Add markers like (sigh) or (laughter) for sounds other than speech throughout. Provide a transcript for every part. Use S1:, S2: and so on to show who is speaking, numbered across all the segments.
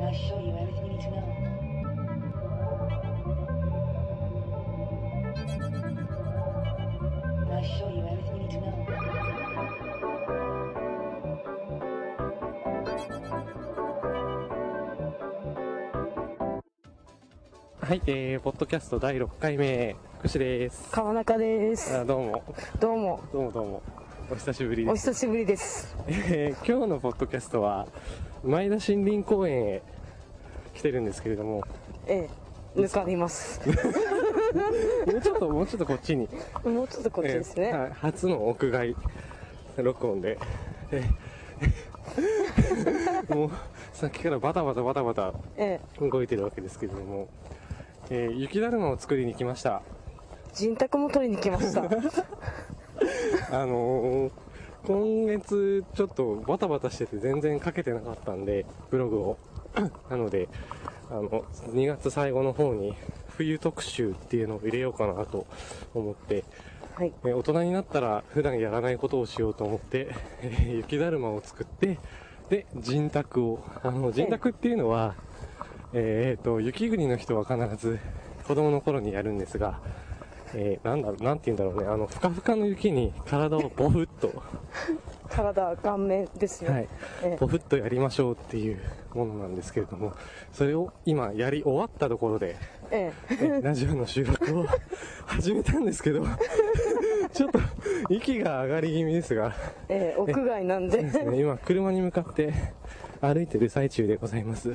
S1: I show you everything you need to know.
S2: はい、えー、ポッドキャスト第6回目、福士です。
S3: 川中です。
S2: あどうも、
S3: どうも、
S2: どうもどうも、お久しぶり
S3: お
S2: です。
S3: 久しぶりです。
S2: えー、今日のポッドキャストは、前田森林公園へ来てるんですけれども、
S3: ええ、ぬかります。
S2: もうちょっと、もうちょっとこっちに、
S3: もうちょっと (laughs) こっちです
S2: えー
S3: ね。
S2: はい初の屋外録音で、えー (laughs) もう、さっきからバタバタバタバタ
S3: ええ、
S2: 動いてるわけですけれども、えー、雪だるまを作りに来ました。
S3: 人宅も取りに来ま
S2: (laughs)
S3: した。
S2: あのー今月ちょっとバタバタしてて全然書けてなかったんで、ブログを。 (coughs) なので、あの、2月最後の方に冬特集っていうのを入れようかなと思って、
S3: はい。
S2: えー大人になったら普段やらないことをしようと思って、えー雪だるまを作って、で、人宅を。あの、人宅っていうのは、えーえーと、雪国の人は必ず子供の頃にやるんですが、えーなんだろう、なんて言うんだろうね、あの、ふかふかの雪に体をボフッと、
S3: 体、顔面ですね。
S2: (laughs) はい
S3: え、
S2: ボフッとやりましょうっていうものなんですけれども、それを今やり終わったところで、
S3: ええ、
S2: ねラジオの収録を始めたんですけど、 (laughs) ちょっと息が上がり気味ですが、
S3: ええ、屋外なんで。
S2: ね今車に向かって歩いてる最中でございます。
S3: は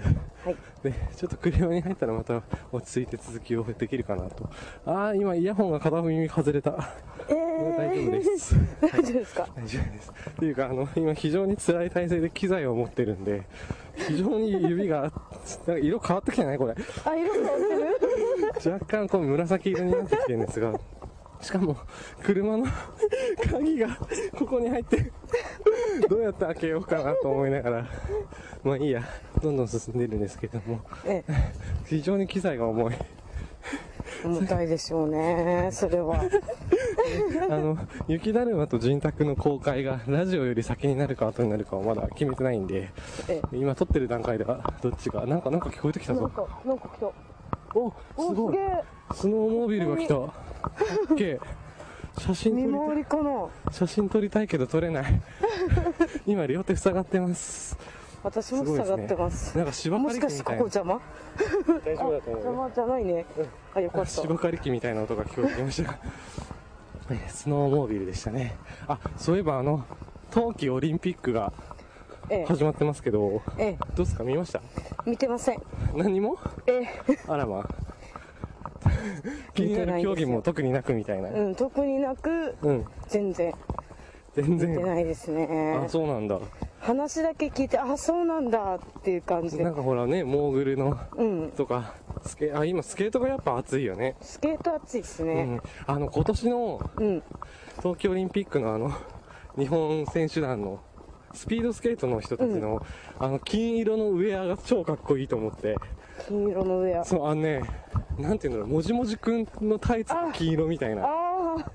S3: い。
S2: で、ちょっと車に入ったらまた落ち着いて続きをできるかなと。あー、今イヤホンが片耳外れた。
S3: え
S2: 大丈夫で
S3: え、
S2: す。
S3: (laughs) 大丈夫ですか
S2: 大丈夫です。っていうか、あの、今非常に辛い体勢で機材を持ってるんで、非常に指が、なんか色変わってきてないこれ。
S3: あ、色変わってる
S2: 若干こう紫色になってきてるんですが、しかも車の鍵がここに入って、どうやって開けようかなと思いながら、まあいいや、どんどん進んでるんですけども、
S3: え
S2: 非常に機材が重い。
S3: え、重たいでしょうね。それは。
S2: あの、雪だるまと人宅の公開がラジオより先になるか後になるかはまだ決めてないんで、
S3: え
S2: 今撮ってる段階ではどっちか、なんかなんか聞こえてき
S3: え、
S2: た
S3: なん
S2: ぞ。
S3: か、なんか来た。
S2: お、す
S3: お、
S2: ご
S3: す
S2: い
S3: げ。え。
S2: スノーモービルが来た。かっけえ。写真撮り
S3: 見
S2: たい
S3: 回りかな
S2: 写真撮りたいけど撮れ
S3: (laughs)
S2: ない。今両手塞がってます。
S3: 私も下がってます。
S2: なんか芝
S3: も
S2: 刈
S3: し
S2: り
S3: か
S2: 機
S3: して
S2: み
S3: ここ
S2: たいな。
S3: 邪魔
S2: 大丈夫だと
S3: 邪魔じゃないね。あ、よかった。
S2: 芝刈り機みたいな音が聞こえてきました。ねスノーモービルでしたね。あ、そういえばあの、冬季オリンピックが
S3: ええ、
S2: 始まってますけど、
S3: ええ、
S2: どうですか見ました
S3: 見てません。
S2: 何も
S3: ええ。
S2: あらまあ。気になる競技も特になくみたいな。
S3: うん、特になく、
S2: うん。
S3: 全然
S2: 全
S3: 出
S2: 然。
S3: ないです
S2: あ、
S3: ね。
S2: そうなんだ。
S3: 話だけ聞いて、あ、そうなんだっていう感じ
S2: な
S3: で
S2: ん。かほらね、モーグルの
S3: うん。
S2: とか、スケ、あ、今スケートがやっぱ熱いよね。
S3: スケート熱いです
S2: う
S3: ね。
S2: ん、あの今年の
S3: うん。
S2: 東京オリンピックのあ (laughs) の日本選手団のスピードスケートの人たちの、あの金色のウェアが超かっこいいと思って、
S3: 金色のウェア。
S2: そうあのね、なんていうんだろう、もじもじくんのタイツの黄色みたいな
S3: あ
S2: (laughs)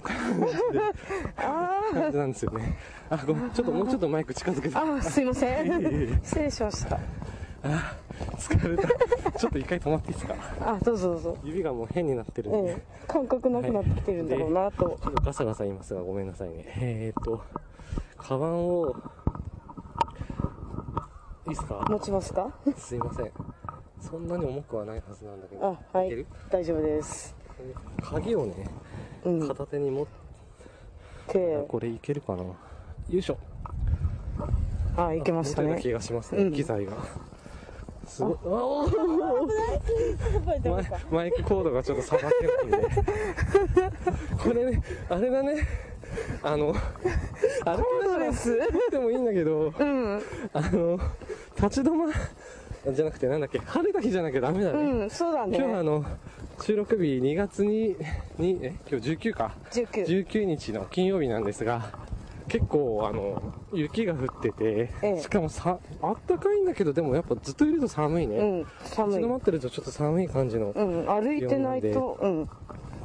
S3: あ。あ
S2: 感じなんですよね。あ、ごめん、ちょっともうちょっとマイク近づけて
S3: あ。。ああ、すいませ
S2: いえいえ
S3: ん。失礼しました。
S2: (laughs) 疲れた。ちょっと一回止まっていいですか
S3: あ、どうぞどうぞ。
S2: 指がもう変になってるんで。
S3: ええ、感覚なくなってきてるんだろうなと。
S2: ちょっとガサガサ言いますが、ごめんなさいね。 (laughs) えー、っと、カバンを、いいですか
S3: 持ちますか
S2: すいません。そんなに重くはないはずなんだけど。
S3: あ、はい
S2: ける
S3: い。大丈夫です。
S2: 鍵をね、
S3: うん。
S2: 片手に持って、
S3: で、
S2: これいけるかな。よいしょ。
S3: あ、いけました
S2: 持てた
S3: ね。
S2: 気がしますね、
S3: うん
S2: 機材が。すごい。あおーマイマイクコードがちょっとさばけないんで。これね、あれだね。あの、あれ
S3: そうです。
S2: でもいいんだけど、
S3: うん。
S2: あの、立ち止ま、じゃなくてなんだっけ、晴れた日じゃなきゃダメだね。
S3: うん、そうだ
S2: 今日はあ
S3: ね。
S2: の、収録日2月に、にえ、今日19か。
S3: 19。
S2: 19日の金曜日なんですが、結構あの、雪が降ってて、
S3: ええ
S2: しかもさ、あったかいんだけど、でもやっぱずっといると寒いうね。
S3: ん、
S2: 立
S3: 寒
S2: ち
S3: い
S2: 止。まってるとちょっと寒い感じの、
S3: うん、歩いてないと、うん。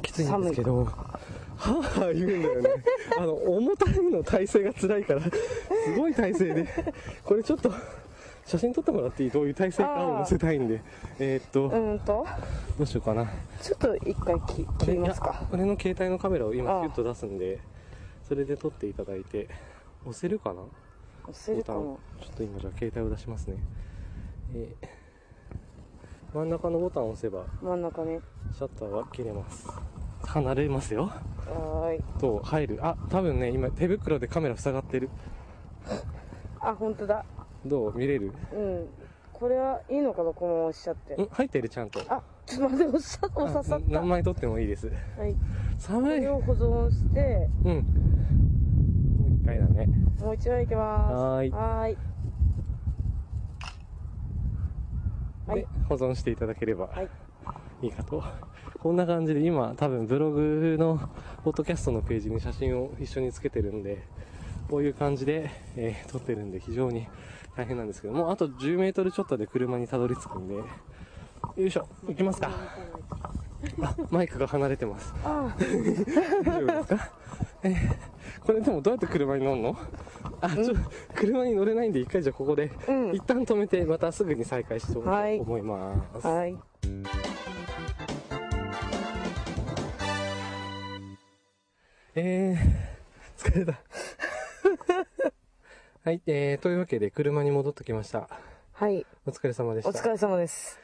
S2: きついんですけど、はぁはぁ言うんだよ
S3: (laughs)
S2: ね。あの、重たいの体勢が辛いから、すごい体勢で、これちょっと、写真撮ってもらっていいどういう体勢かを載せたいんで。えーっと、
S3: うーんと
S2: どうしようかな。
S3: ちょっと一回切切ります
S2: い
S3: か
S2: や俺の携帯のカメラを今
S3: ああ
S2: キュッと出すんで、それで撮っていただいて、押せるかな
S3: 押せるか
S2: ボ
S3: も
S2: タンをちょっと今じゃあ携帯を出しますね。えー真ん中のボタンを押せば、
S3: 真ん中ね
S2: シャッターは切れます。離れますよ。
S3: はーい
S2: と、入る。あ、多分ね、今手袋でカメラ塞がってる。
S3: あ本当だ
S2: どう見れる
S3: うんこれはいいのかなこのまま押しちゃって
S2: ん入ってるちゃんと。
S3: あちょっと待って押しちゃった押ささ
S2: あ
S3: っ
S2: 何
S3: た
S2: 枚撮ってもいいです。
S3: はいこ
S2: 寒い。
S3: れ
S2: うん。も
S3: を保存して
S2: う一回だね。
S3: もう一枚いきます
S2: はーい
S3: はーいはい
S2: で、保存していただければ
S3: はい
S2: いいかと。こんな感じで今多分ブログのポッドキャストのページに写真を一緒につけてるんで、こういう感じで、えー撮ってるんで非常に大変なんですけど、もうあと10メートルちょっとで車にたどり着くんで、よいしょ、行きますか。あ、マイクが離れてます。
S3: あ
S2: 大丈夫です
S3: (laughs)
S2: かえーこれでもどうやって車に乗るのあ、ちょ、車に乗れないんで一回じゃあここで、
S3: うん
S2: 一旦止めてまたすぐに再開しようと
S3: はい
S2: 思います。
S3: はい
S2: えー、 (laughs) 疲れた。はい、えー、というわけで車に戻ってきました。
S3: はい
S2: お疲れ様でした。
S3: お疲れ様です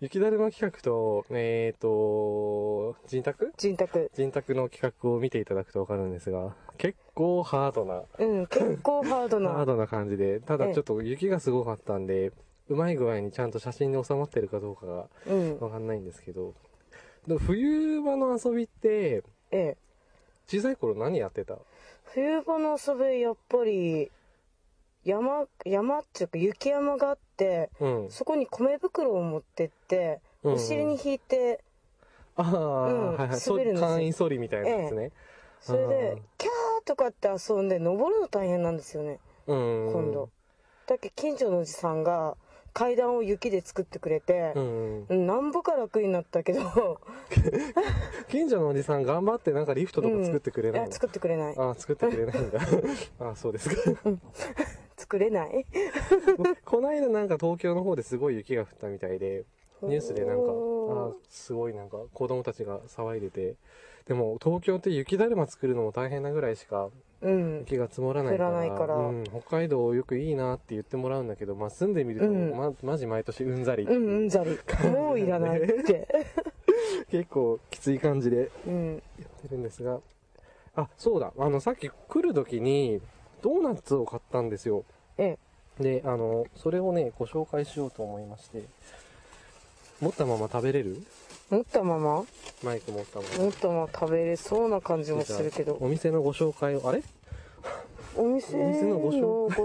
S2: 雪だるま企画と、えーと、人宅
S3: 人宅
S2: 人宅の企画を見ていただくとわかるんですが、結構ハードな、
S3: うん結構ハード
S2: ハー
S3: な
S2: ドな感じで、た
S3: え
S2: だ
S3: え
S2: ちょっと雪がすごかったんで、うまい具合にちゃんと写真に収まってるかどうかが
S3: うん
S2: わかんないんですけど、でも冬場の遊びって、
S3: ええ
S2: 小さい頃何やってた
S3: 冬場の遊びやっぱり山山っていうか雪山があって
S2: うん。
S3: そこに米袋を持ってってお尻に引いて
S2: ああ、
S3: うん
S2: はいはい。そ
S3: 滑るんですよ
S2: 簡易ソリみたいなやつね。
S3: それで
S2: あ
S3: キャーとかって遊んで登るの大変なんですよね
S2: うん。
S3: 今度。だっけ近所のおじさんが階段を雪で作ってくれて
S2: う、ん。
S3: うん、なんぼか楽になったけど
S2: 近所のおじさん頑張ってなんかリフトとか作ってくれ
S3: い
S2: ない
S3: や
S2: の、
S3: 作ってくれない
S2: ああ、作ってくれないんだ。
S3: (laughs)
S2: ああ、そうですか。 (laughs)
S3: 作れない
S2: この間なんか東京の方ですごい雪が降ったみたいで、ニュースでなんか、あ
S3: おー
S2: ーすごいなんか子供たちが騒いでて、でも東京って雪だるま作るのも大変なぐらいしか
S3: うん
S2: 雪が積もらないから、
S3: 降らないから
S2: うん、北海道よくいいなって言ってもらうんだけど、まあ住んでみると、
S3: うん
S2: ま、マジ毎年うんざり、
S3: うんうん
S2: (laughs)
S3: ざりもういらないって、
S2: 結構きつい感じで
S3: うん、
S2: やってるんですが、あ、そうだ、あのさっき来る時にドーナツを買ったんですよ。
S3: え
S2: で、あの、それをね、ご紹介しようと思いまして、持ったまま食べれる
S3: 持ったまま
S2: マイク持ったまま
S3: もっ。とまあ食べれそうな感じもするけど
S2: お店のご紹介を、あれち
S3: お店
S2: お店の
S3: の
S2: ご
S3: ご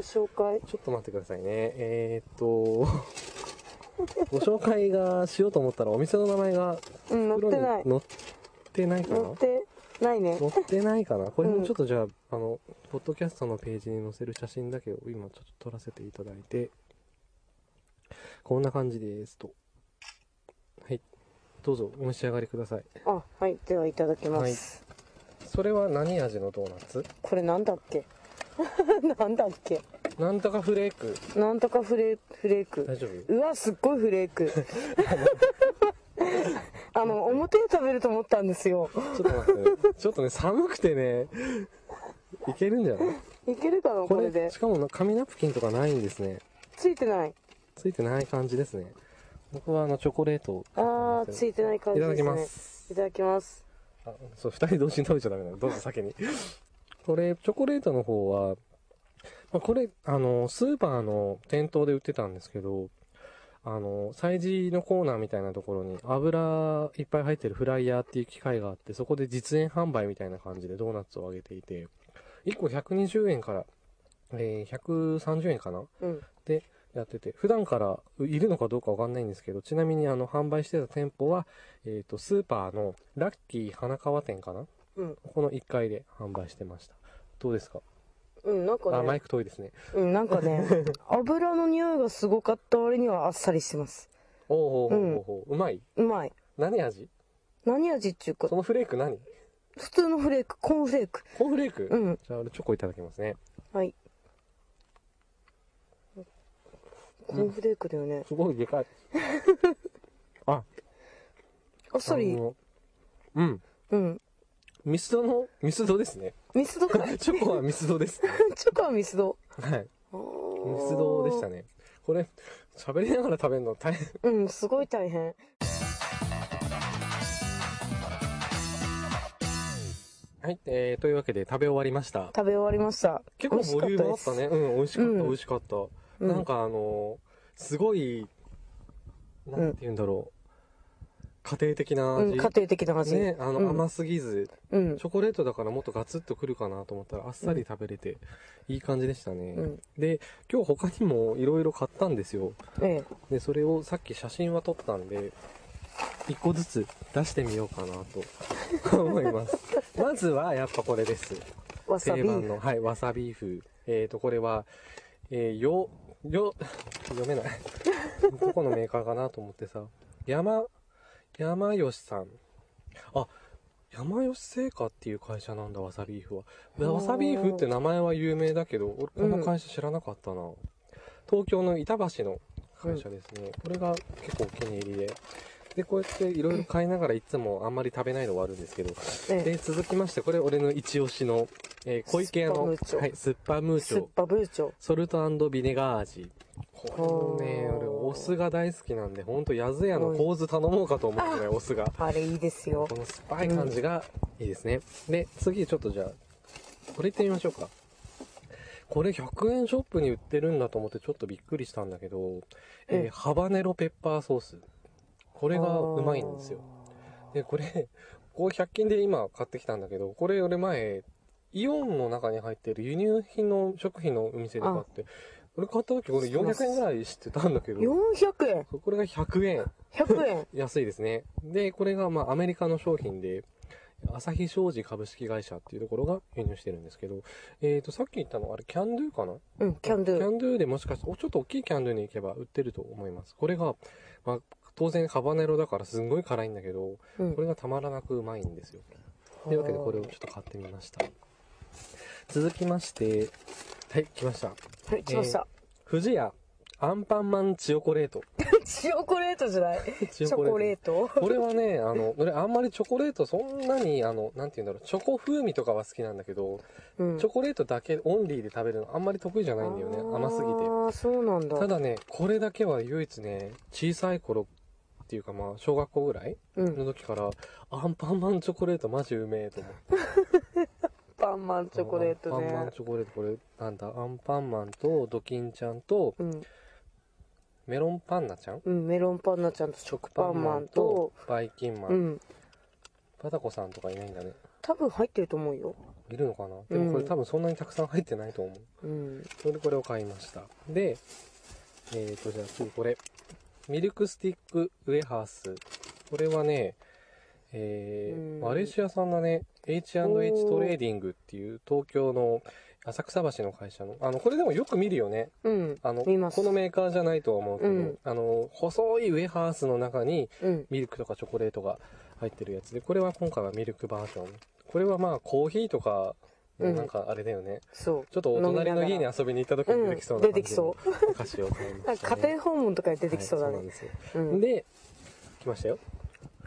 S2: 紹
S3: 紹介
S2: ょっと待ってくださいね。えー、っと、ご紹介がしようと思ったらお店の名前が
S3: うん載っ
S2: 袋
S3: て
S2: に
S3: ない
S2: 載ってないかな
S3: 載ってないね
S2: 載ってないかなこれ
S3: う
S2: も
S3: ん
S2: ちょっとじゃあ、あの、ポッドキャストのページに載せる写真だけを今ちょっと撮らせていただいて、こんな感じですと。はい。どうぞお召し上がりください。
S3: あはいではいただきます、
S2: それは何味のドーナツ
S3: これなんだっけ (laughs) なんだっけ
S2: なんとかフレーク。
S3: なんとかフレフレーク
S2: 大丈
S3: (laughs)
S2: 夫
S3: うわすっごいフレ
S2: (laughs)
S3: ークあの表で食べると思ったんですよ
S2: ちょっと待って、ね、ちょっとね、寒くてね、いけるんじゃない
S3: いけるかなこ
S2: こ
S3: れ
S2: れ、
S3: で
S2: しかもな紙ナプキンとかないんですね。
S3: ついてない
S2: ついてない感じですね。僕はあの、チョコレートを買
S3: あ
S2: ったんで
S3: ー
S2: す
S3: つ
S2: け
S3: いてない感
S2: ど
S3: じ
S2: いただ
S3: で
S2: き
S3: す
S2: ま
S3: ね
S2: す。
S3: いただきます
S2: あそう、二人同時に食べちゃダメなの。どうぞ先に。これ、チョコレートの方は、まあ、これ、あの、スーパーの店頭で売ってたんですけど、あの、催事のコーナーみたいなところに油いっぱい入ってるフライヤーっていう機械があって、そこで実演販売みたいな感じでドーナツをあげていて、1個120円から、えー130円かな
S3: うん
S2: やってて、普段からいるのかどうかわかんないんですけど、ちなみにあの、販売してた店舗は、えっ、と、スーパーのラッキー花川店かな
S3: うん
S2: ここの1階で販売してました。どうですか
S3: うんなんか
S2: あ、マ
S3: ね
S2: イク遠いですね。
S3: うん、なん
S2: (laughs)
S3: かね、油の匂いがすごかった割にはあっさりしてます。
S2: おーおーおーおーうまいう
S3: まい。
S2: 何味
S3: 何味っていうか
S2: そ、のフレーク何
S3: 普通のフレーク、コーンフレーク。
S2: コーンフレーク、
S3: うん。
S2: じゃあ俺チョコいただきますね。
S3: はい。コーンフレークだよね。
S2: すごいでかい。あ、
S3: あっさり。
S2: のうん。
S3: うん。
S2: ミスドの、ミスドですね。 (laughs)
S3: ミスドか。
S2: チョコはミスドですね。
S3: チョコはミスド。
S2: はい。
S3: ミ
S2: ミスドでしたね。これ、喋りながら食べるの大変。
S3: うん、すごい大変。
S2: はい、えー、というわけで食べ終わりました。
S3: 食べ終わりました。
S2: 結構ボリュームあったね。うん、美味しかった、
S3: うん
S2: 美味しかった。
S3: うん
S2: なんかあの、すごい、なんて言うんだろう。家庭的な
S3: うん、
S2: 味。
S3: 家庭的な味。
S2: ね、あの、
S3: うん
S2: 甘すぎず、
S3: うん
S2: チ。ョコレートだからもっとガツッとくるかなと思ったら、あっさり食べれて、いい感じでしたね。
S3: うん。
S2: で、今日他にもいろいろ買ったんですよ。
S3: ええ。
S2: で、それをさっき写真は撮ったんで、一個ずつ出してみようかなと思い
S3: (laughs)
S2: ます。まずはやっぱこれです。
S3: わさ
S2: 定
S3: び。
S2: 番の、はい、わさビーフ。えーと、これは、えーよ、よ、読めない。 (laughs) どこのメーカーかなと思ってさ。山、山吉さん。あ、山吉製菓っていう会社なんだ、わさビーフは。
S3: ー
S2: わさビーフって名前は有名だけど、俺この会社知らなかったな。東京の板橋の会社ですね。これが結構お気に入りで。で、こうやっていろいろ買いながらいつもあんまり食べないのはあるんですけど、
S3: ええ。
S2: で、続きまして、これ俺の一押しの、えー小池屋の、
S3: スッパムーチョ
S2: はい、スッパムーチ
S3: スッ
S2: ョ、
S3: パブーチョ。
S2: ソルトビネガー味。これもね、
S3: ほう
S2: 俺、お酢が大好きなんで、ほんと、やずやの構図頼もうかと思うぐらい、お酢が。
S3: あれいいですよ
S2: こ。の酸っぱい感じがいいですね。で、次、ちょっとじゃあ、これ行ってみましょうか。これ100円ショップに売ってるんだと思ってちょっとびっくりしたんだけど、えー
S3: うん
S2: ハバネロペッパーソース。こ
S3: こ
S2: れがうまいんですよ。。で、これ、 (laughs) こう100均で今買ってきたんだけど、これ俺前、イオンの中に入ってる輸入品の食品のお店で買って、俺買った時これ400円ぐらいしてたんだけど、
S3: 400円
S2: そうこれが100円。
S3: !100 円
S2: 安いですね。で、これがまあアメリカの商品で、朝日商事株式会社っていうところが輸入してるんですけど、えっ、と、さっき言ったの、あれ、キャンドゥかな
S3: うん、
S2: (laughs)
S3: キャンド
S2: キャ
S3: ゥ。
S2: ンドゥでもしかして、おちょっと大きいキャンドゥに行けば売ってると思います。これが、まあ、当然ハバネロだからすんごい辛いんだけど、
S3: うん
S2: これがたまらなくうまいんですよ。というわけでこれをちょっと買ってみました。続きまして、はい、来ました。
S3: はい、来ました。 (laughs)
S2: 富士屋、アンパンマンチョコレート。
S3: チョコレートじゃないチ
S2: チ
S3: ョコレート
S2: これはね、あの、俺あんまりチョコレートそんなに、あの、なんて言うんだろう、チョコ風味とかは好きなんだけど、
S3: うん
S2: チョコレートだけオンリーで食べるのあんまり得意じゃないんだよね。甘すぎて。
S3: ああ、そうなんだ。
S2: ただね、これだけは唯一ね、小さい頃っていうかまあ、小学校ぐらい
S3: うん。
S2: の時から、アンパンマンチョコレートマジうめえと思って
S3: パンマンチョコレート
S2: アンパンマン
S3: ね。
S2: チョコレート、これ、なんだ、アンパンマンとドキンちゃんと
S3: うん。
S2: メロンパンナちゃん
S3: うん、メロンパンナちゃんと食パンマンと、
S2: バイキンマン、
S3: うん。
S2: パタコさんとかいないんだね。
S3: 多分入ってると思うよ。
S2: いるのかなでもこ
S3: う
S2: れ
S3: ん
S2: 多分そんなにたくさん入ってないと思う。
S3: うん。
S2: それでこれを買いました。で、えーと、じゃあ次これ。ミルクスティックウェハース。これはね、え
S3: うん
S2: ー、マレーシア産だね。H&H トレーディングっていう東京の浅草橋の会社の。あの、これでもよく見るよね。
S3: うん。
S2: あの、
S3: 見ます
S2: このメーカーじゃないとは思うけど、
S3: うん
S2: あの、細いウェハースの中に
S3: うん。
S2: ミルクとかチョコレートが入ってるやつで、これは今回はミルクバージョン。これはまあ、コーヒーとか、
S3: うん
S2: なんかあれだよね。
S3: そ
S2: ちょっとお隣の家に遊びに行った時に出てきそうな
S3: うん
S2: 感
S3: 出て
S2: じ
S3: きそ
S2: のお菓子を買いま
S3: う。
S2: した、
S3: 家
S2: ね。
S3: 庭訪問とかに出てきそうだ
S2: はい
S3: ね。
S2: そうなんです
S3: う
S2: よ
S3: ん。
S2: で、来ましたよ。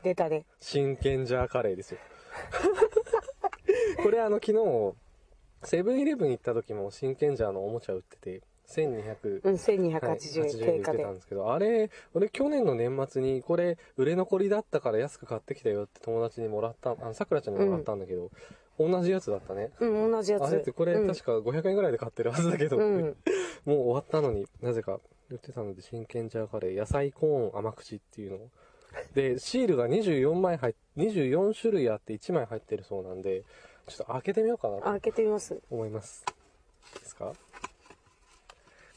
S3: 出たね。
S2: 真剣ジャーカレー
S3: (laughs)
S2: ですよ。これあの昨日、セブンイレブン行った時も真剣ジャーのおもちゃ売ってて、1200
S3: うん、1280円
S2: はい
S3: 定価
S2: 80で売って
S3: で
S2: たん。ですけど、あれ、俺去年の年末にこれ売れ残りだったから安く買ってきたよって友達にもらった、あの、桜ちゃんにもらったんだけど、同じやつだったね。
S3: うん、同じやつ。
S2: あれってこれ
S3: うん
S2: 確か500円ぐらいで買ってるはずだけど、
S3: うん。
S2: もう終わったのになぜか売ってたので真剣ジャーカレー、野菜コーン甘口っていうのを。で、シールが24枚入っ、24種類あって1枚入ってるそうなんで、ちょっと開けてみようかなと
S3: 開けてみます。
S2: 思います。いいですか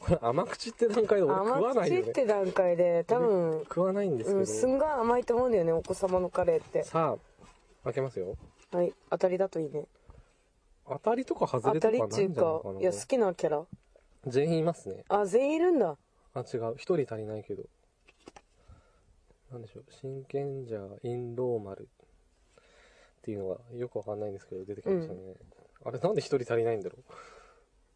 S2: これ甘口って段階で俺食わ
S3: 甘
S2: ない
S3: 口
S2: よ
S3: っ
S2: ね。
S3: て段階で、多分、
S2: 食わないんです
S3: うん、
S2: け
S3: す
S2: ど、
S3: んごい甘いと思うんだよね、お子様のカレーって。
S2: さあ開けますよ
S3: はい、当たりだといいね。
S2: 当たりとか外
S3: 当
S2: れ
S3: た
S2: とか
S3: り
S2: ない
S3: っ
S2: ん
S3: ち
S2: じゃ
S3: ゅ
S2: な
S3: う
S2: いかな
S3: か、いや、好きなキャラ。
S2: 全員いますね
S3: あ、全員いるんだ。
S2: あ違う一人足りないけどなんでしょう真剣じゃインローマルっていうのがよくわかんないんですけど出てきましたね、あれなんで一人足りないんだろ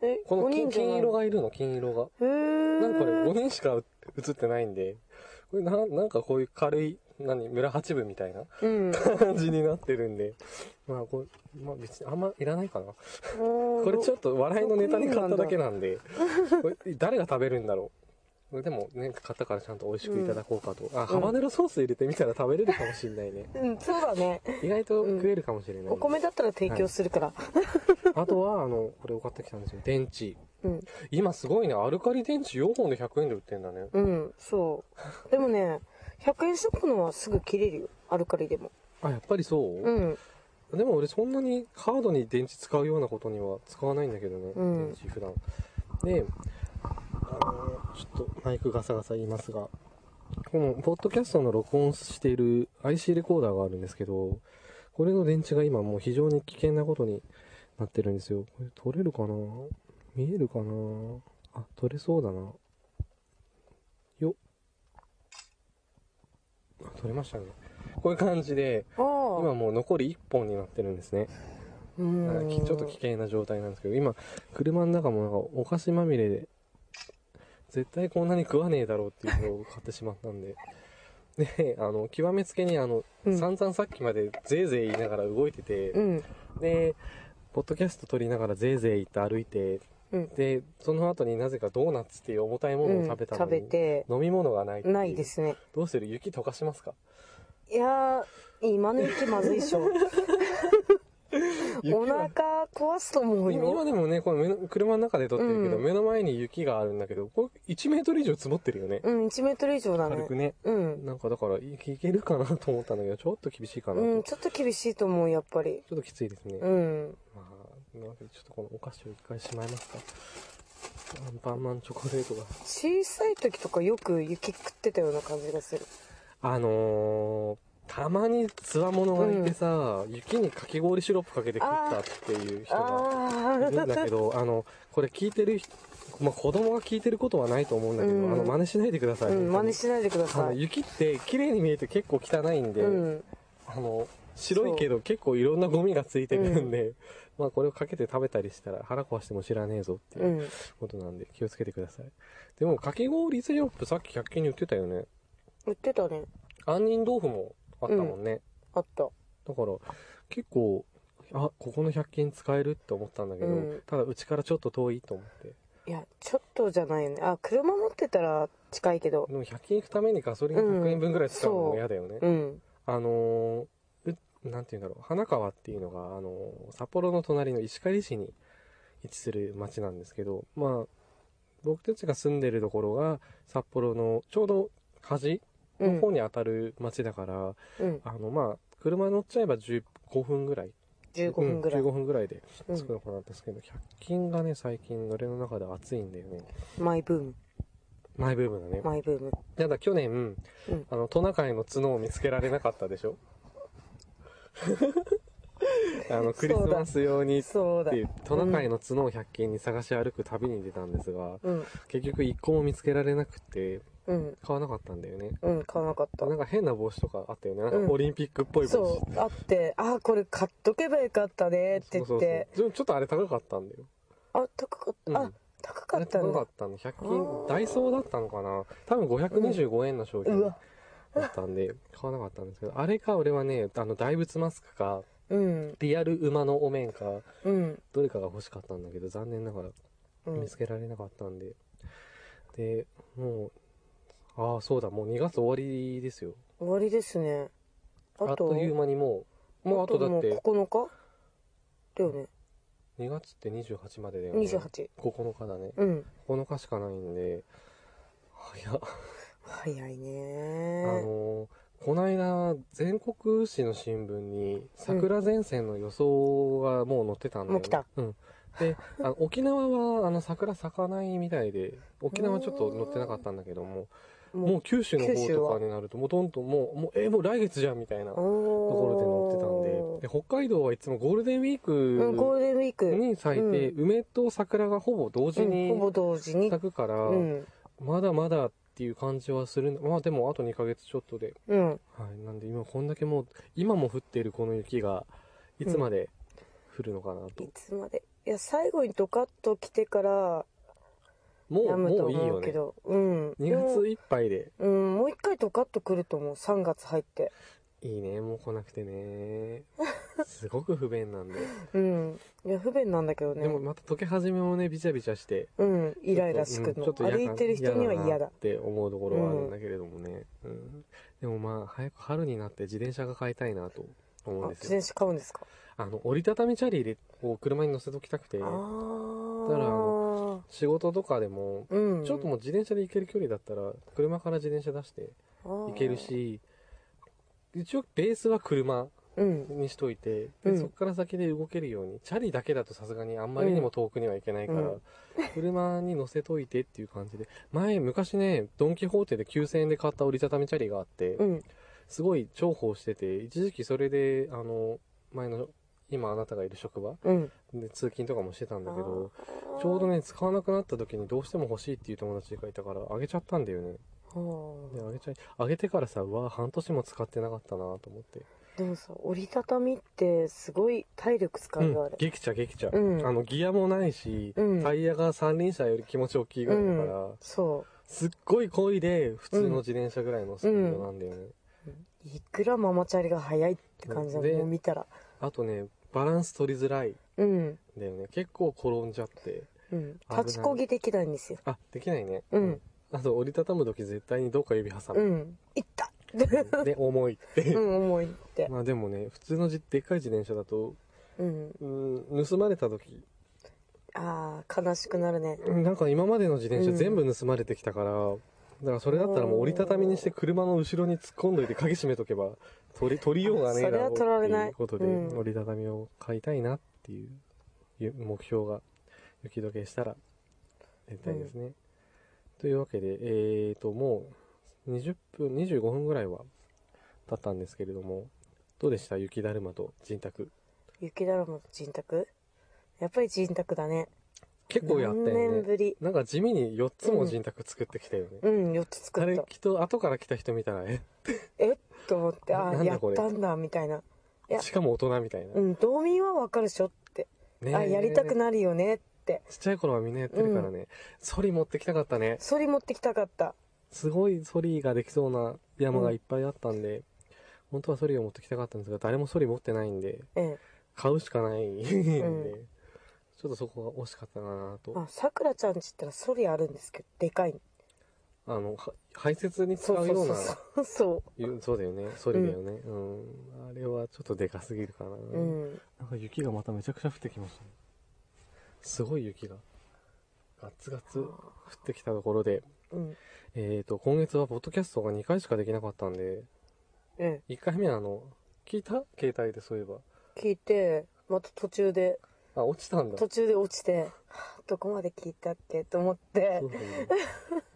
S3: え、
S2: この
S3: 5
S2: 金
S3: 人じゃ
S2: 金
S3: ない
S2: 色。がいるの、金色が。
S3: へー
S2: なんかこれ5人しか映ってないんで、これななんかこういう軽い、何、村八分みたいな
S3: うん。
S2: 感じになってるんで、まあこれ、まあ別にあんまいらないかな。 (laughs) こ
S3: こ
S2: れちょっと笑いのネタに買っただけなん (laughs) で、これ誰が食べるんだろう。これでもね、買ったからちゃんと美味しくいただこうかと。あ、ハバネロソース入れてみたら食べれるかもしんないね。
S3: うん、そうだね。
S2: 意外と食えるかもしれない、
S3: お米だったら提供するから。
S2: あとは、あの、これを買ってきたんですよ。電池。
S3: うん。
S2: 今すごいね、アルカリ電池4本で100円で売ってんだね。
S3: うん、そう。でもね、100円ショップのはすぐ切れるよ。アルカリでも。
S2: あ、やっぱりそう、
S3: うん。
S2: でも俺そんなにカードに電池使うようなことには使わないんだけどね、
S3: うん
S2: 電池普段であのちょっとマイクガサガサ言いますがこのポッドキャストの録音している IC レコーダーがあるんですけどこれの電池が今もう非常に危険なことになってるんですよこれ取れるかな見えるかなあ取れそうだなよっあ取れましたねこういう感じで
S3: あ
S2: 今
S3: あ。
S2: もう残り1本になってるんですね、
S3: う
S2: はい
S3: ん。
S2: きちょっと危険な状態なんですけど今車の中もなんかお菓子まみれで絶対こんなに食わねえだろうっていうのを買ってしまったんでであの極めつけにあの、
S3: うん
S2: 散々さっきまでぜいぜい言いながら動いてて、
S3: うん。
S2: でポッドキャスト撮りながらぜいぜい言って歩いて
S3: うん。
S2: でその後になぜかドーナツっていう重たいものを食べたの
S3: 食
S2: に、
S3: べて、
S2: 飲み物がないっていう
S3: ないですね。
S2: どうする雪溶かしますか
S3: いやー、今の雪まずいっしょ。
S2: 雪
S3: お
S2: は
S3: 腹壊すと思う
S2: 今今
S3: よ。
S2: でもね、この目の車の中で撮ってるけど、
S3: うん
S2: 目の前に雪があるんだけど、これ1メートル以上積もってるよね。
S3: うん、1メートル以上だ
S2: 軽
S3: ね
S2: く。ね。
S3: うん。
S2: なんかだから、いいけるかなと思ったんだけど、ちょっと厳しいかなと。
S3: うん、
S2: ち
S3: ちょっと厳しいと思う、やっぱり。
S2: ょっときついですね。
S3: うん。
S2: まあ、なわけでちょっとこのお菓子を一回しまいますか。アンパンマンチョコレートが。
S3: 小さい時とかよく雪食ってたような感じがする。
S2: あのー、たまにつわものがいてさ、雪にかき氷シロップかけて食ったっていう人が
S3: あ
S2: いるんだけ
S3: あ。 (laughs)
S2: ど、あの、これ聞いてる人、まあ、子供が聞いてることはないと思うんだけど、
S3: うん
S2: あの、真似しないでください。
S3: うん、真似
S2: し
S3: しないでくだ
S2: あの、
S3: さい。
S2: 雪って綺麗に見えて結構汚いんで、
S3: うん。
S2: あの、白いけど結構いろんなゴミがついてくるんで、 (laughs) まあこれをかけて食べたりしたら腹壊しても知らねえぞって
S3: う。
S2: いうんことなんで気をつけてください。でもかき氷シロップさっき100均に売ってたよね。
S3: 売ってたね。
S2: 杏仁豆腐もあったもんね。
S3: あった。
S2: だから結構、あ、ここの100均使えるって思ったんだけど、
S3: うん
S2: ただうちからちょっと遠いと思って。
S3: いや、ちょっとじゃないよね。あ、車持ってたら近いけど。
S2: でも100均行くためにガソリン100円分ぐらい使うのも嫌だよね。
S3: うん。
S2: あのーうなんて言うんだろう、花川っていうのが、あのー札幌の隣の石狩市に位置する町なんですけど、まあ、僕たちが住んでるところが、札幌のちょうど端
S3: う
S2: の
S3: ん。
S2: 方に当たる町だから、
S3: うん。
S2: あの、まあ、車乗っちゃえば15分ぐらい。
S3: 15分ぐらい。
S2: うん15分ぐらいで
S3: う
S2: 着く
S3: ん。
S2: のかなったんですけど、100均がね、最近俺の中で熱いんだよね。
S3: マイブーム。
S2: マイブームだね。
S3: マイブーム。
S2: ただ去年、
S3: うん
S2: あの、トナカイの角を見つけられなかったでしょ (laughs) あの、クリスマス用にっ
S3: そうだ
S2: てい。う、トナカイの角を100均に探し歩く旅に出たんですが、
S3: うん。
S2: 結局一個も見つけられなくて、
S3: うん。
S2: 買わなかったんだよね。
S3: うん、買わなかった
S2: な。んか変な帽子とかあったよね。なんか
S3: うん
S2: オリンピックっぽい帽子。
S3: そう、あって、あーこれ買っとけばよかったねって言
S2: そうそうそ
S3: っ
S2: う
S3: て、
S2: でもちょっとあれ高かったんだよ。
S3: あ、高かっ
S2: うん
S3: た、あ、高かった
S2: あれ
S3: ん
S2: 高か
S3: だ
S2: っ。たの。100
S3: あ
S2: 均、
S3: ー
S2: ダイソーだったのかな多分525円の商
S3: う
S2: 品
S3: わ、
S2: だったんで、買わなかったんですけど、あれか俺はね、あの、大仏マスクか、
S3: うん、
S2: リアル馬のお面か、
S3: うん、
S2: どれかが欲しかったんだけど、残念ながら
S3: う
S2: 見
S3: ん
S2: つ。けられなかったんで。で、もう、ああ、そうだ、もう2月終わりですよ。
S3: 終わりですね。
S2: あ
S3: あ
S2: っと
S3: と、
S2: いう間にもう、もうあとだっ
S3: も
S2: て、
S3: う9日だよね。
S2: 2月って28までだよね。
S3: 28。
S2: 9日だね。
S3: うん。
S2: 9日しかないんで、早っ。
S3: 早い
S2: あ
S3: ね
S2: のー、こないだ、全国紙の新聞に、桜前線の予想がもう載ってたんだよ、ね
S3: もう来た
S2: うん。で、あの沖縄は、あの、桜咲かないみたいで、沖縄ちょっと載ってなかったんだけども、もう九州の
S3: 九
S2: 方
S3: 州
S2: とか
S3: は
S2: になると、もうどんどんもう、もう、えーもう来月じゃんみたいなと
S3: お
S2: ころで載ってたん
S3: ー
S2: で、で、北海道はいつもゴールデンウィー
S3: うん、ゴー
S2: ク
S3: ルデンウィーク、
S2: に咲いて、梅と桜がほぼ同時
S3: うん、
S2: に
S3: ほぼ同時に。
S2: 咲くから、
S3: うん、
S2: まだまだっていう感じはするんだまあでも、あと2ヶ月ちょっとで。
S3: うん。
S2: はい。なんで今、こんだけもう、今も降っているこの雪が、いつまで降るのかなと。
S3: いつまで、いや最後にドカッと来てから
S2: も
S3: や
S2: う、
S3: むと
S2: もういい
S3: 思
S2: よ
S3: うけ
S2: ね。
S3: どうんで
S2: 2
S3: も
S2: 月いっぱいで。
S3: うんもう一回ドカッと来ると思う3月入って
S2: いいね、もう来なくて
S3: (laughs)
S2: ね。すごく不便なんで。
S3: うんいや不便なんだけどね
S2: でもまた溶け始めもね、ビチャビチャして。
S3: うんイライラすく
S2: うん
S3: の、
S2: ちょっと
S3: 歩いてる人には嫌
S2: な
S3: だ
S2: って思うところはあるんだけれどもね。うんでもまあ、早く春になって自転車が買いたいなと思うん
S3: あ
S2: で
S3: 自
S2: すよ
S3: 転。車買うんですか
S2: あの、折りたたみチャリで、こう、車に乗せときたくて
S3: あ、
S2: だからあ
S3: あ
S2: 仕事とかでも、
S3: うん
S2: ちょっともう自転車で行ける距離だったら、車から自転車出して
S3: 行
S2: 行けるし、一応ベースは車
S3: うん
S2: にしといて、
S3: う
S2: で
S3: ん
S2: そこから先で動けるように、チャリだけだとさすがにあんまりにも遠くには行けないから、
S3: うん
S2: 車に乗せといてっていう感じで、前、昔ね、ドン・キホーテで9000円で買った折りたたみチャリがあって、
S3: うん
S2: すごい重宝してて、一時期それで、あの、前の、今あなたがいる職場
S3: うん
S2: で通勤とかもしてたんだけど、
S3: ち
S2: ちょうどね、使わなくなった時にどうしても欲しいっていう友達がいたから、あげちゃったんだよね。で、あげちゃい、あげてからさ、うわ、半年も使ってなかったなと思って。
S3: でもさ折りたたみってすごい体力使
S2: う
S3: うよあ
S2: ん
S3: れ、
S2: 激茶激茶。
S3: うん
S2: あの、ギアもないし、
S3: うん
S2: タイヤが三輪車より気持ち大きいぐらいだから、
S3: そ
S2: すっごい濃いで、普通の自転車ぐらいのスピードなんだよね。
S3: ういくらママチャリが速いって感じだ
S2: で
S3: もう見たら
S2: あとね、バランス取りづらいん
S3: うん
S2: だよね。結構転んじゃって。
S3: うん
S2: ない
S3: 立ちこぎできないんですよ
S2: あ、できないね。
S3: うん。
S2: あと、折りたたむ時絶対にどっか指挟
S3: う
S2: む。
S3: んいった
S2: で、重いって。
S3: うん重いって
S2: まあでもね、普通のじでっかい自転車だと、
S3: うん
S2: うん、盗まれた時、
S3: あー悲しくなるね
S2: うんなんか今までの自転車
S3: うん
S2: 全部盗まれてきたから、だからそれだったらもう折りたたみにして車の後ろに突っ込んどいて鍵閉めとけば、取り、取りようがねえ
S3: それ
S2: だろう
S3: は
S2: って
S3: 取られない
S2: いうことで、
S3: うん
S2: 折りたたみを買いたいなっていうゆ目標が、雪解けしたら、絶対ですね。というわけで、えーと、もう20分、25分ぐらいは経ったんですけれども、どうでした雪だるまと人卓。
S3: 雪だるまと人宅やっぱり人宅だね
S2: 結構やったよ
S3: 何年
S2: ね。
S3: ぶり
S2: なんか地味に4つも人卓作ってきたよね。
S3: うん4つ
S2: あ
S3: 作っ
S2: れ
S3: た
S2: きっと後から来た人見たらえ
S3: えっと思ってあ
S2: な
S3: あ
S2: ん
S3: や
S2: だ
S3: っ
S2: これ
S3: たんだみたいないや
S2: しかも大人みたいな、
S3: うん道民はわかるでしょって
S2: ねえ
S3: あやりたくなるよねって
S2: ちっちゃい頃はみんなやってるからね、ソリ持ってきたかったね
S3: それ持ってきたかった
S2: すごいソリができそうな山がいっぱいあったんで、本当はソリを持ってきたかったんですが誰もソリ持ってないんで
S3: え
S2: 買うしかないんで、
S3: ん
S2: ちょっとそこが惜しかったな
S3: え
S2: と
S3: あさくらちゃんちったらソリあるんですけどでかいの
S2: あのは排泄に使
S3: そう
S2: う
S3: そ
S2: よう
S3: うそ
S2: な
S3: うそうそ
S2: いうそうだよねソリだよねうん、あれはちょっとでかすぎるかな、
S3: ううん
S2: なんか雪がまためちゃくちゃ降ってきました、ね、すごい雪がガッツガツ降ってきたところで
S3: うん
S2: えー、と、今月はポッドキャストが2回しかできなかったんで、
S3: え
S2: 1回目あの、聞いた携帯でそういえば。
S3: え聞いてまた途中で
S2: あ、落ちたんだ。
S3: 途中で落ちてはあどこまで聞いたっけと思って
S2: そうだね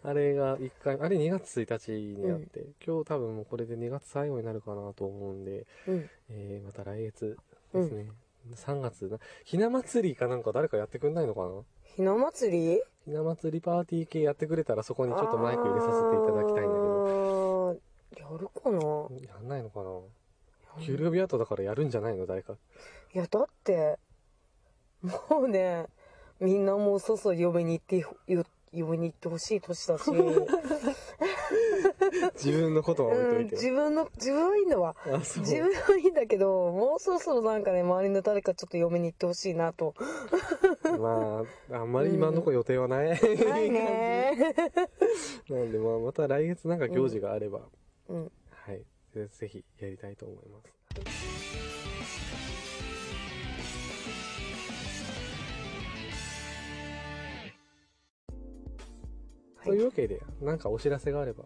S2: あれが1回、あれ2月1日にあって、今日多分もうこれで2月最後になるかなと思うんで、
S3: うん
S2: えー、また来月ですね。3月な、ひな祭りかなんか誰かやってくんないのかな
S3: ひな祭り
S2: ひな祭りパーティー系やってくれたらそこ
S3: ち
S2: にちょっとマイク入れさせていただきたいんだけど、
S3: やるかな
S2: やんないのかな給料日後だからやるんじゃないの誰か。
S3: いやだってもうねみんなもうそろそろ嫁に行ってよ嫁に行ってほしい
S2: (laughs)
S3: 年だし、う
S2: 自分のことは置いと
S3: ん、
S2: いて。
S3: 自分の自分はいいんだわ
S2: あ、そう。
S3: 自分はいいんだけどもうそろそろなんかね周りの誰かちょっと嫁に行ってほしいなと
S2: まあ、あんまり今のとこ予定はない。
S3: ないね
S2: なんで、まあ、また来月なんか行事があれば、
S3: うん
S2: はい。ぜぜひやりたいと思います。
S3: はい
S2: というわけで、なんかお知らせがあれば、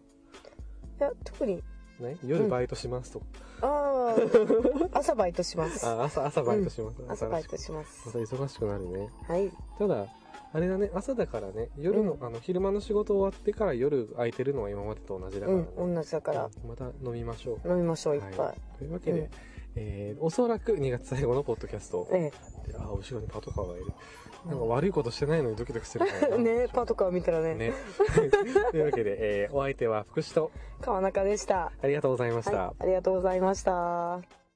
S3: いや特に
S2: ね、夜バイトしますとか、
S3: あ
S2: (laughs)
S3: あ朝バイトします
S2: あ、朝、朝バイトします。
S3: 朝バイト
S2: し
S3: しま
S2: ますた忙しくなるね。
S3: はい
S2: ただ、あれだね、朝だからね、夜の、
S3: うん
S2: あの、昼間の仕事終わってから夜空いてるのは今までと同じだか
S3: う
S2: らね。
S3: ん同じだから
S2: うんまた飲みましょう。
S3: 飲みましょういっぱ、
S2: はいというわけで、
S3: うん
S2: えーおそらく2月最後のポッドキャスト。
S3: え
S2: あー、後ろにパトカーがいる。なんか悪いことしてないのにドキドキするから
S3: え
S2: な
S3: (laughs) ねパトカー見たらね
S2: ね。 (laughs) というわけで、えーお相手は福士と
S3: 川中でした
S2: ありがとうございました。
S3: はい、ありがとうございました。